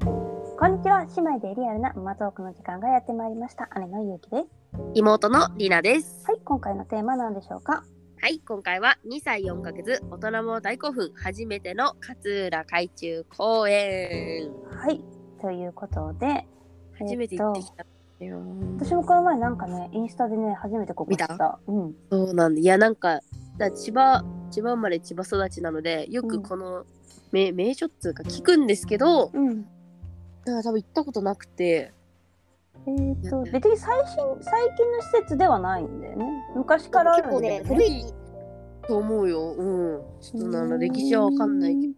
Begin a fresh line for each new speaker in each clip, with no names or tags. こんにちは姉妹でリアルなママトークの時間がやってまいりました姉のゆうきです
妹のりなです。
はい今回のテーマなんでしょうか
はい、今回は2歳4ヶ月、大人も大興奮、初めての勝浦海中公園。
はいということで
初めて行ってきたんだよ。
私もこの前なんかねインスタでね初めてここ
見
知
た
ったうん
そうなんだ。いや、なんか、だ千葉、千葉生まれ千葉育ちなので、よくこの、名名所っつうか聞くんですけど、
うん
だから多分行ったことなくて、
えー、と別に最新最近の施設ではないんだよね昔からあるんだよね
いと思うよ。うん。ちょっとなの歴史はわかんないけど。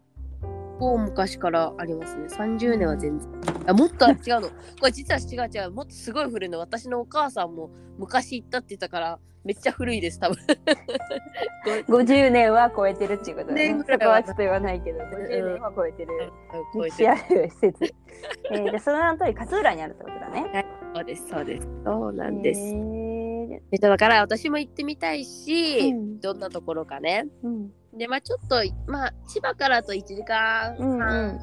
もう昔からありますね。30年は全然。あもっと違うの。 これ実は違う違う。もっとすごい古いの。私のお母さんも昔行ったって言ったから、めっちゃ古いです、多分。
ど50年は超えてるっていうことだね
ね
そこはちょっと言わないけど50年は超えてる歴史ある施設えー、じゃあその名の通り勝浦にあるってことだね
そうです、そうです。そうなんです。
えー
でだから私も行ってみたいし、
うん
どんなところかね。
うん
で、まあちょっと、まあ千葉からだと1時間
うん
半、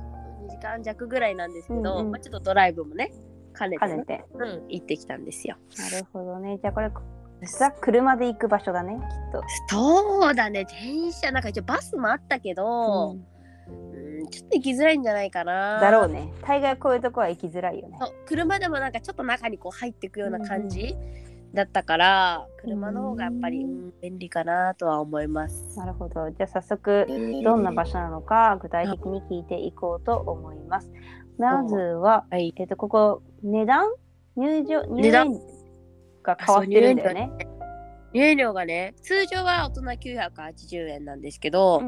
2時間弱ぐらいなんですけど、
うんうん
まあちょっとドライブもね、兼ねて
兼
ね、
ねて
うん、行ってきたんですよ。
なるほどねじゃあこれザ車で行く場所だねきっと
そうだね電車なんか一応バスもあったけど、うん、ちょっと行きづらいんじゃないかな
だろうね大概こういうとこは行きづらいよね
そう車でもなんかちょっと中にこう入っていくような感じだったから、車の方がやっぱり、
う
うんん、便利かなとは思います
なるほどじゃあ早速どんな場所なのか具体的に聞いていこうと思いますまずは、
はい
えっとここ値段入場入
値段
園が変わってるんだよね
入園料がね通常は大人980円なんですけど、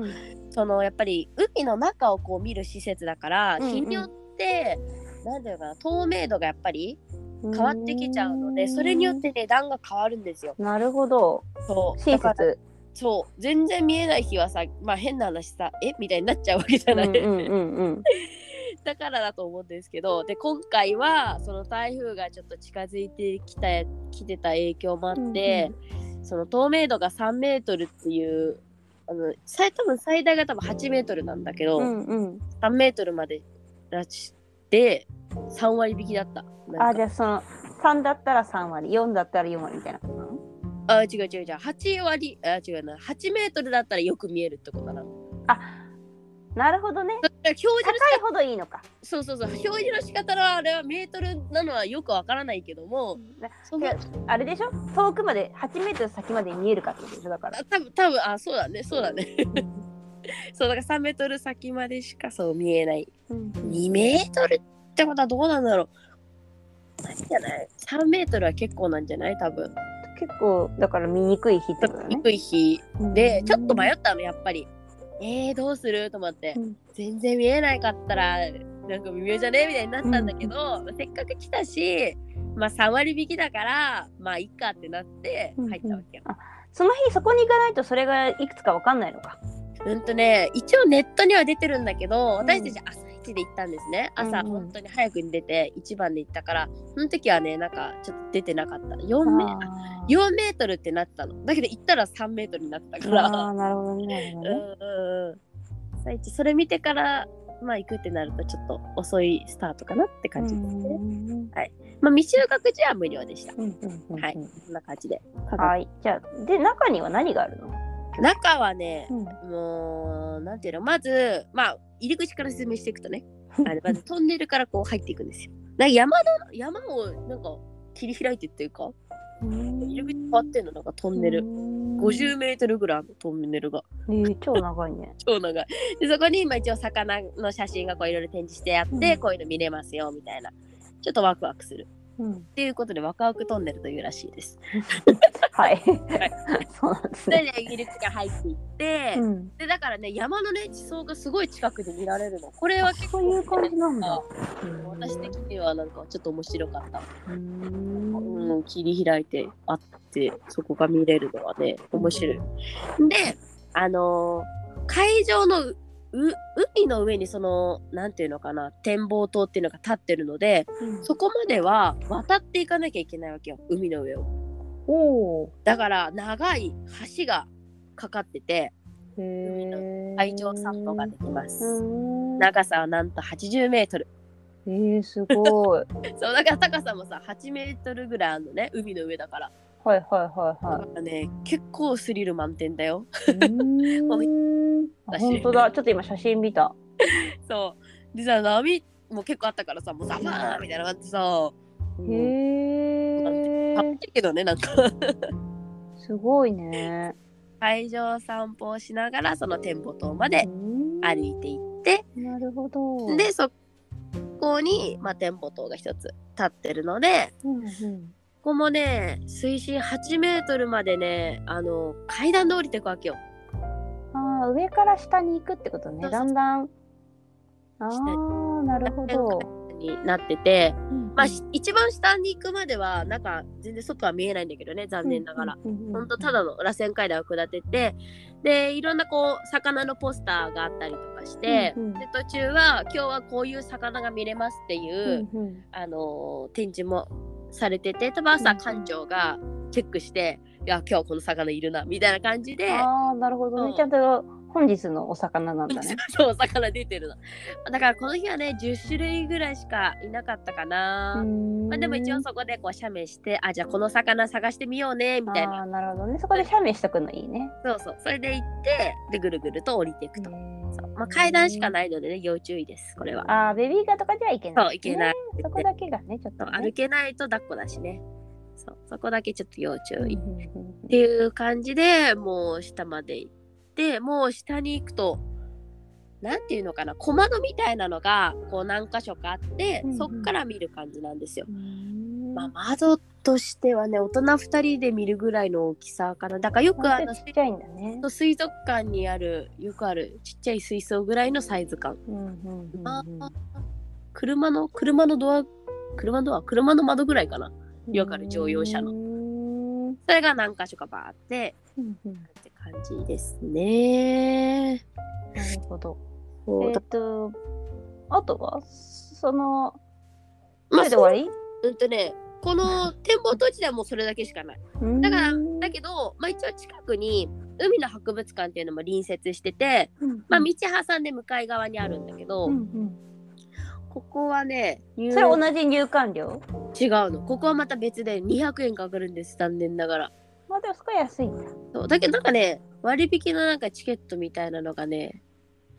そのやっぱり海の中をこう見る施設だから、
うんうん
日によってなんていうのかな透明度がやっぱり変わってきちゃうので、
ん
それによって値段が変わるんですよ。
なるほど
そう
親
だから
切
そう全然見えない日はさまあ変な話さえみたいになっちゃうわけじゃない、
うんうんうんうん
だからだと思うんですけどで今回はその台風がちょっと近づいてきた来てた影響もあって、その透明度が3メートルっていうあの最多分最大が多分8メートルなんだけど、
うんうん
3メートルまでらして3割引きだったなん
あ
か
じゃあその3だったら3割4だったら4割みたいなことなの
あ違う違う違う8割あ違うな8メートルだったらよく見えるってことかなだ
なるほどね
から表示の仕
高
方
いほどいいのか
そうそうそう表示の仕方のあれはメートルなのはよくわからないけどもその
いやあれでしょ遠くまで8メートル先まで見えるかってことでしょだから
あ多分多分あそうだねそうだね そうだから3メートル先までしかそう見えない2メートルってことはどうなんだろうなんじゃない3メートルは結構なんじゃない多分
結構だから見にくい日ってことだね
低い日でちょっと迷
っ
ったのやっぱりえー、どうすると思って、
うん
全然見えないかったらなんか微妙じゃねえみたいになったんだけど、せっかく来たしまあ3割引きだからまあいっかってなって入ったわけよ、
その日そこに行かないとそれがいくつかわかんないのか
うんとね一応ネットには出てるんだけど
うん
私たち朝一で行ったんですね朝、
うんうん
本当に早くに出て一番で行ったからその時はねなんかちょっと出てなかった4メ
あー
4メートルってなってたのだけど行ったら3メートルになったか
あー
ら
なるほどねなるほ
う
ど
ん
ね
うんうん朝一それ見てからまあ行くってなるとちょっと遅いスタートかなって感じですね、
うん
まあ未就学児は無料でした
うんうんうんうん
はいこんな感じで
はいじゃあで中には何があるの
中はね
うん
もうなんていうのまずまあ入り口から説明していくと ねあのまずトンネルからこう入っていくんですよ。なんか山の山をなんか切り開いてっていうか入り口変わってんのなんかトンネル。50メートルぐらいあるのトンネルが
えー超長いね
超長い でそこに今一応魚の写真がこういろいろ展示してあって、
うん
こういうの見れますよみたいなちょっとワクワクする
うん
っていうことでワクワクトンネルというらしいです
はいそうなんです
そ
ね
れで入り口から入っていって、
うん
でだからね山のね地層がすごい近くで見られるのこれは結
そ
構
ういう感じなんだ
あ私的にはなんかちょっと面白かった、
うー
うん
ん
切り開いてあってそこが見れるのはね面白いであのー会場のうう海の上にそのなんていうのかな展望塔っていうのが立ってるのでそこまでは渡っていかなきゃいけないわけよ海の上を
おお
だから長い橋がかかってて海の海上散歩ができます長さはなんと80メートル
えー、すごい。
そうだから高さもさ8メートルぐらいあるのね海の上だから
はいはいはい
だ
は
からね結構スリル満点だよ
い。うーんあ本当だ。ちょっと今写真見た。
そうでさ波も結構あったからさもうザバーンみたいな感じでさ
へえ
楽しいけどねなんか
すごいね。
会場を散歩をしながらその展望塔まで
うん
歩いていって
なるほど。
でそこに、まあ、展望塔が一つ立ってるので
うんうん、
ここもね水深8メートルまでねあの階段で降りていくわけよ
ああ上から下に行くってこと
そ
ね。
うそう
だんだん。ああなるほど。
になってて、まあ、
う
し一番下に行くまではなんか全然外は見えないんだけどね残
ん
念ながら。。
うんうんうん
ほんとただの螺旋階段を下ってってでいろんなこう魚のポスターがあったりとかして、
うんうん
で途中は今日はこういう魚が見れますっていうう、
んうん
あのー展示もされてて多分朝館長がチェックして「いや今日この魚いるな」みたいな感じで。
ああなるほど
う
ね
ん。
ちゃんと本日のお魚なんだね。
そうお魚出てるのだからこの日はね10種類ぐらいしかいなかったかな、ま
ま
あ、でも一応そこでこう写メしてあじゃあこの魚探してみようねみたいな
ああーなるほどね。そこで写メしとくのいいね。
そうそうそれで行ってでぐるぐると降りていくと、そうまあ、階段しかないのでね要注意ですこれは
ああベビーカーとかじゃいけない、
そういけない
ね。そこだけがねちょっ
そ
と
う
ね、
歩けないと抱っこだしねそうそこだけちょっと要注
うん
意、
う
っ
んうん
ていう感じでもう下まで行ってもう下に行くとなんていうのかな小窓みたいなのがこう何箇所かあって、
うんうん
そっから見る感じなんですよ
う、ん
まあ、窓としてはね大人2人で見るぐらいの大きさかなだからよくあ
本当
の
にちっちゃいんだね。
水族館にあるよくあるちっちゃい水槽ぐらいのサイズ感、
うんうんうん
あー車の車のドア車のドア車の窓ぐらいかな
うん
よくある乗用車の
うんうん
それが何箇所かバーって
うん
って感じですね
なるほど。え
そう
ー
だ
っとあとはそのそ
まあ
れで終わり？
そううんとねこの展望塔自体はもうそれだけしかないだからだけど、まあ、一応近くに海の博物館っていうのも隣接してて、まあ、道挟んで向かい側にあるんだけど、
うんうん
ここはね入
それ同じ入館料？
違うのここはまた別で200円かかるんです残念ながら
まあでもそこは安いんだ。
そうだけどなんかね割引のなんかチケットみたいなのがね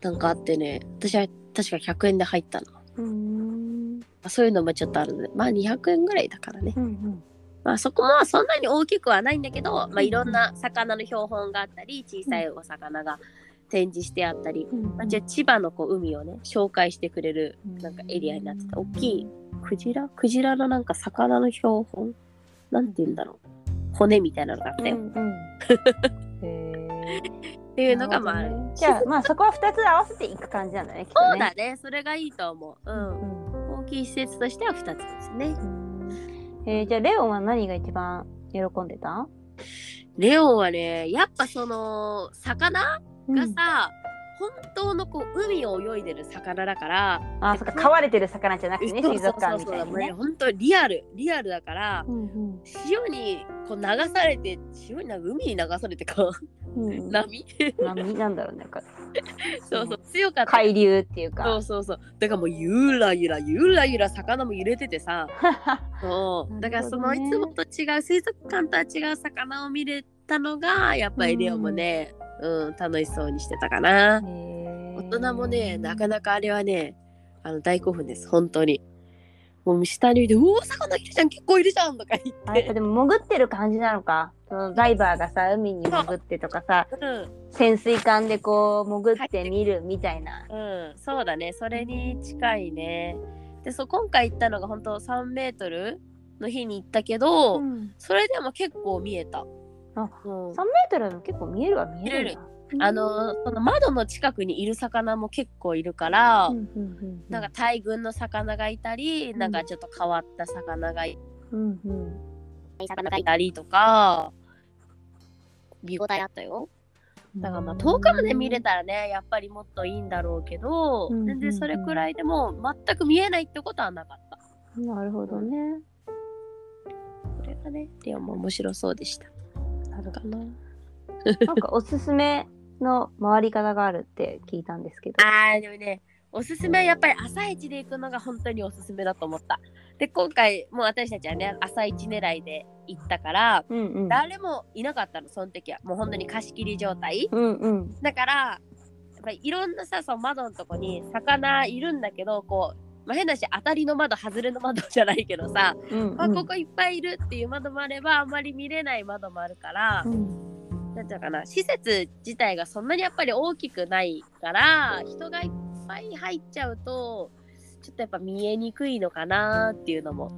なんかあってね私は確か100円で入ったのま
うん
あそういうのもちょっとあるのでまあ200円ぐらいだからね
うんうん
まあそこもそんなに大きくはないんだけど、まあ、いろんな魚の標本があったり小さいお魚が展示してあったり、
うん
まあ、じゃあ千葉のこう海をね紹介してくれるなんかエリアになってて大きいクジラクジラのなんか魚の標本なんて言うんだろう骨みたいなのがあったよ、っ
うんうん、へー
ていうのがまあ、
なるほどねじゃあまあそこは2つ合わせていく感じなんだねきっとね
そうだねそれがいいと思う、
う
う、
ん
大きい施設としては2つですね
んえーじゃあレオンは何が一番喜んでた
レオンはねやっぱその魚が
うん
さ、本当のこう海を泳いでる魚だから、
あそっか飼われてる魚じゃなくてね
そう
水族館みたい
そうそ
に
うそうもうね
ね
本当リアルリアルだから
うんうん
潮にこう流されて潮になんか海に流されてか
うんうん
波
波なんだろうねなんか
そうそう強かった
海流っていうか
そうそうそうだからもうゆらゆらゆらゆら魚も揺れててさ そう
な
だか
るほ
らそ
ど
の
ね
いつもと違う水族館とは違う魚を見れたのがやっぱりレオもね、うん楽しそうにしてたかな
へー
大人もねなかなかあれはねあの大興奮です本当にもう下に見て「うお魚いるじゃん結構いるじゃん」とか言っ
あやっぱ
て、
でも潜ってる感じなのかそのダイバーがさ海に潜ってとかさ
うん
潜水艦でこう潜ってみるみたいな
うん、そうだねそれに近いねでそう今回行ったのが本当3メートルの日に行ったけど、
うん
それでも結構見えた。
あ
うん
3メートルでも結構見えるは見えるんだ
あのその窓の近くにいる魚も結構いるから、
うんうんうんうん
なんか大群の魚がいたり、
ん
なんかちょっと変わった魚がい
うんうん
たりとか見応えあったよだからまあ10日まで見れたらねやっぱりもっといいんだろうけど、
うん
全然それくらいでも全く見えないってことはなかった
なるほどね
それがねレオも面白そうでした
なる
か
ほ
な
どなんかおすすめの回り方があるって聞いたんですけど
あーでもねおすすめはやっぱり朝一で行くのが本当におすすめだと思った。で今回もう私たちはね朝一狙いで行ったから
うんうん
誰もいなかったのその時はもう本当に貸し切り状態
うんうん
だからやっぱりいろんなさその窓のとこに魚いるんだけどこう、まあ、変なし当たりの窓外れの窓じゃないけどさ、
うん
あここいっぱいいるっていう窓もあればあんまり見れない窓もあるから
う、ん
なんていうのかな施設自体がそんなにやっぱり大きくないから人がいっぱい入っちゃうとちょっとやっぱ見えにくいのかなっていうのも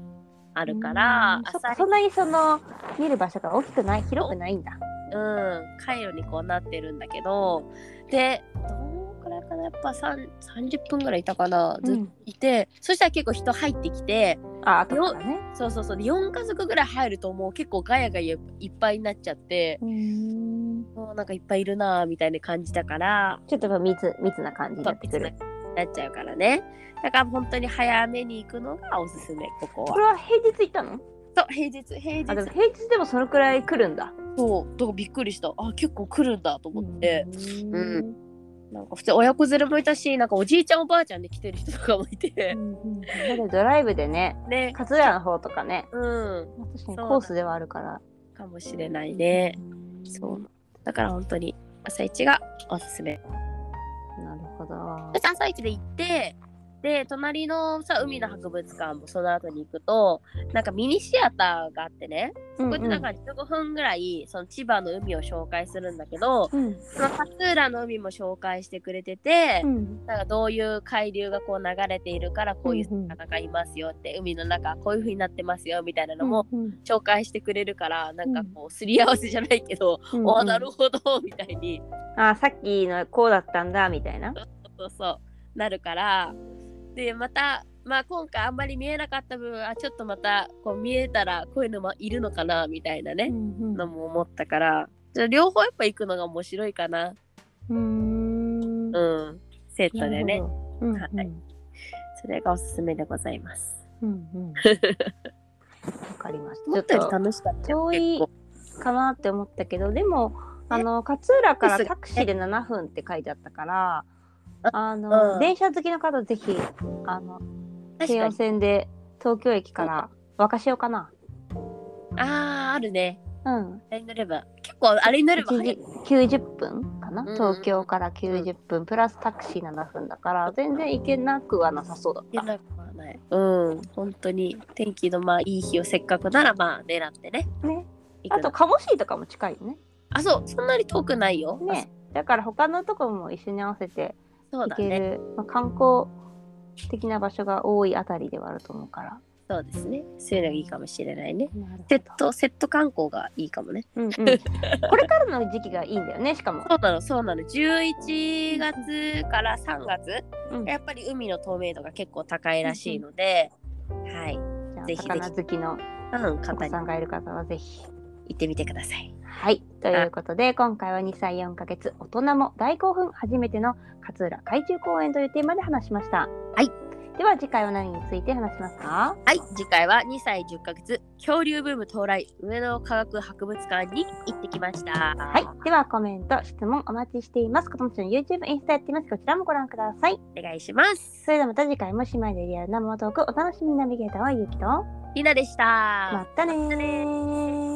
あるから
うんそっ
朝
かそんなにその見る場所が大きくない広くないんだ
うん、回路にこうなってるんだけどでどのくらいかなやっぱ3 30分ぐらいいたかなずっと
ん
いて、そしたら結構人入ってきて
あ後からね
そうそうそうで4家族ぐらい入るともう結構ガヤガヤいっぱいになっちゃって
うん
もうなんかいっぱいいるなーみたいな感じだから
ちょっとやっぱ密密な感じになってくる
なっちゃうからねだから本当に早めに行くのがおすすめここ
こ
は
れは平日行ったの
そう平日平
あでも
日
平日でもそのくらい来るんだ
そうだからびっくりしたあ結構来るんだと思って、
う
うんなんか普通親子連れもいたしなんかおじいちゃんおばあちゃんで来てる人とかもいて、
だってドライブでね
ね
勝浦の方とかね
うん
確か
う
に
だ
コースではあるから
かもしれないねそうだから本当に朝一がおすすめ
なるほど
そして朝一で行ってで隣のさ海の博物館もその後に行くとなんかミニシアターがあってねこっちなんか15分ぐらいその千葉の海を紹介するんだけど
うんうん
その勝浦の海も紹介してくれてて、
うん
なんかどういう海流がこう流れているからこういう
うんうん
魚がいますよって、海の中こういう風になってますよみたいなのも
うん
紹介してくれるからなんかこうすり合わせじゃないけど、
うん
おーなるほどみたいに
あさっきのこうだったんだみたいな
そうそうなるからでまた、まあ、今回あんまり見えなかった部分あちょっとまたこう見えたらこういうのもいるのかなみたいなね、のも思ったからじゃあ両方やっぱ行くのが面白いかな
うん
うんセットでね
うんうん
はいそれがおすすめでございます
うん うんわかりました
思ったより楽しかったよ
遠い
結構
かなって思ったけどでもあの勝浦からタクシーで7分って書いてあったからあの、
うん
電車好きの方ぜひあの
確
京
か
葉
に
線で東京駅から若潮かな
あああるね
うん
あれに乗れば結構あれに乗れば
1
早い
時90分かな、
うん
東京から90分プラスタクシー7分だから全然行けなくはなさそうだっ
いや
た
なくはないうん本当に天気のまあいい日をせっかくならまあ狙ってね
ね
行
あ
く
と
の
鴨市とかも近いよね
あそうそんなに遠くないよ
ねだから他のとこも一緒に合わせて
そう
行
だ
ける、
ね。
まあ、観光的な場所が多いあたりではあると思うから
そうですね。そういうのがいいかもしれないね。
なる
セット、セット観光がいいかもね。
うんうん、これからの時期がいいんだよねしかも。
そうなの、そうなの。11月から3月、
うん
やっぱり海の透明度が結構高いらしいので、はい。
じゃあ
ぜひぜひ
魚好きの
うん、
お子
方に
さんがいる方はぜひ。
行ってみてください。
はいということで今回は2歳4ヶ月大人も大興奮初めての勝浦海中公園というテーマで話しました。
はい
では次回は何について話しますか
はい、次回は2歳10ヶ月、恐竜ブーム到来、上野科学博物館に行ってきました。
はい。ではコメント、質問お待ちしています。子供たちの YouTube、インスタやっています。こちらもご覧ください。
お願いします。
それではまた次回も姉妹でリアルな生トークお楽しみナビゲーターはゆうきと。
りなでした。
まったねー。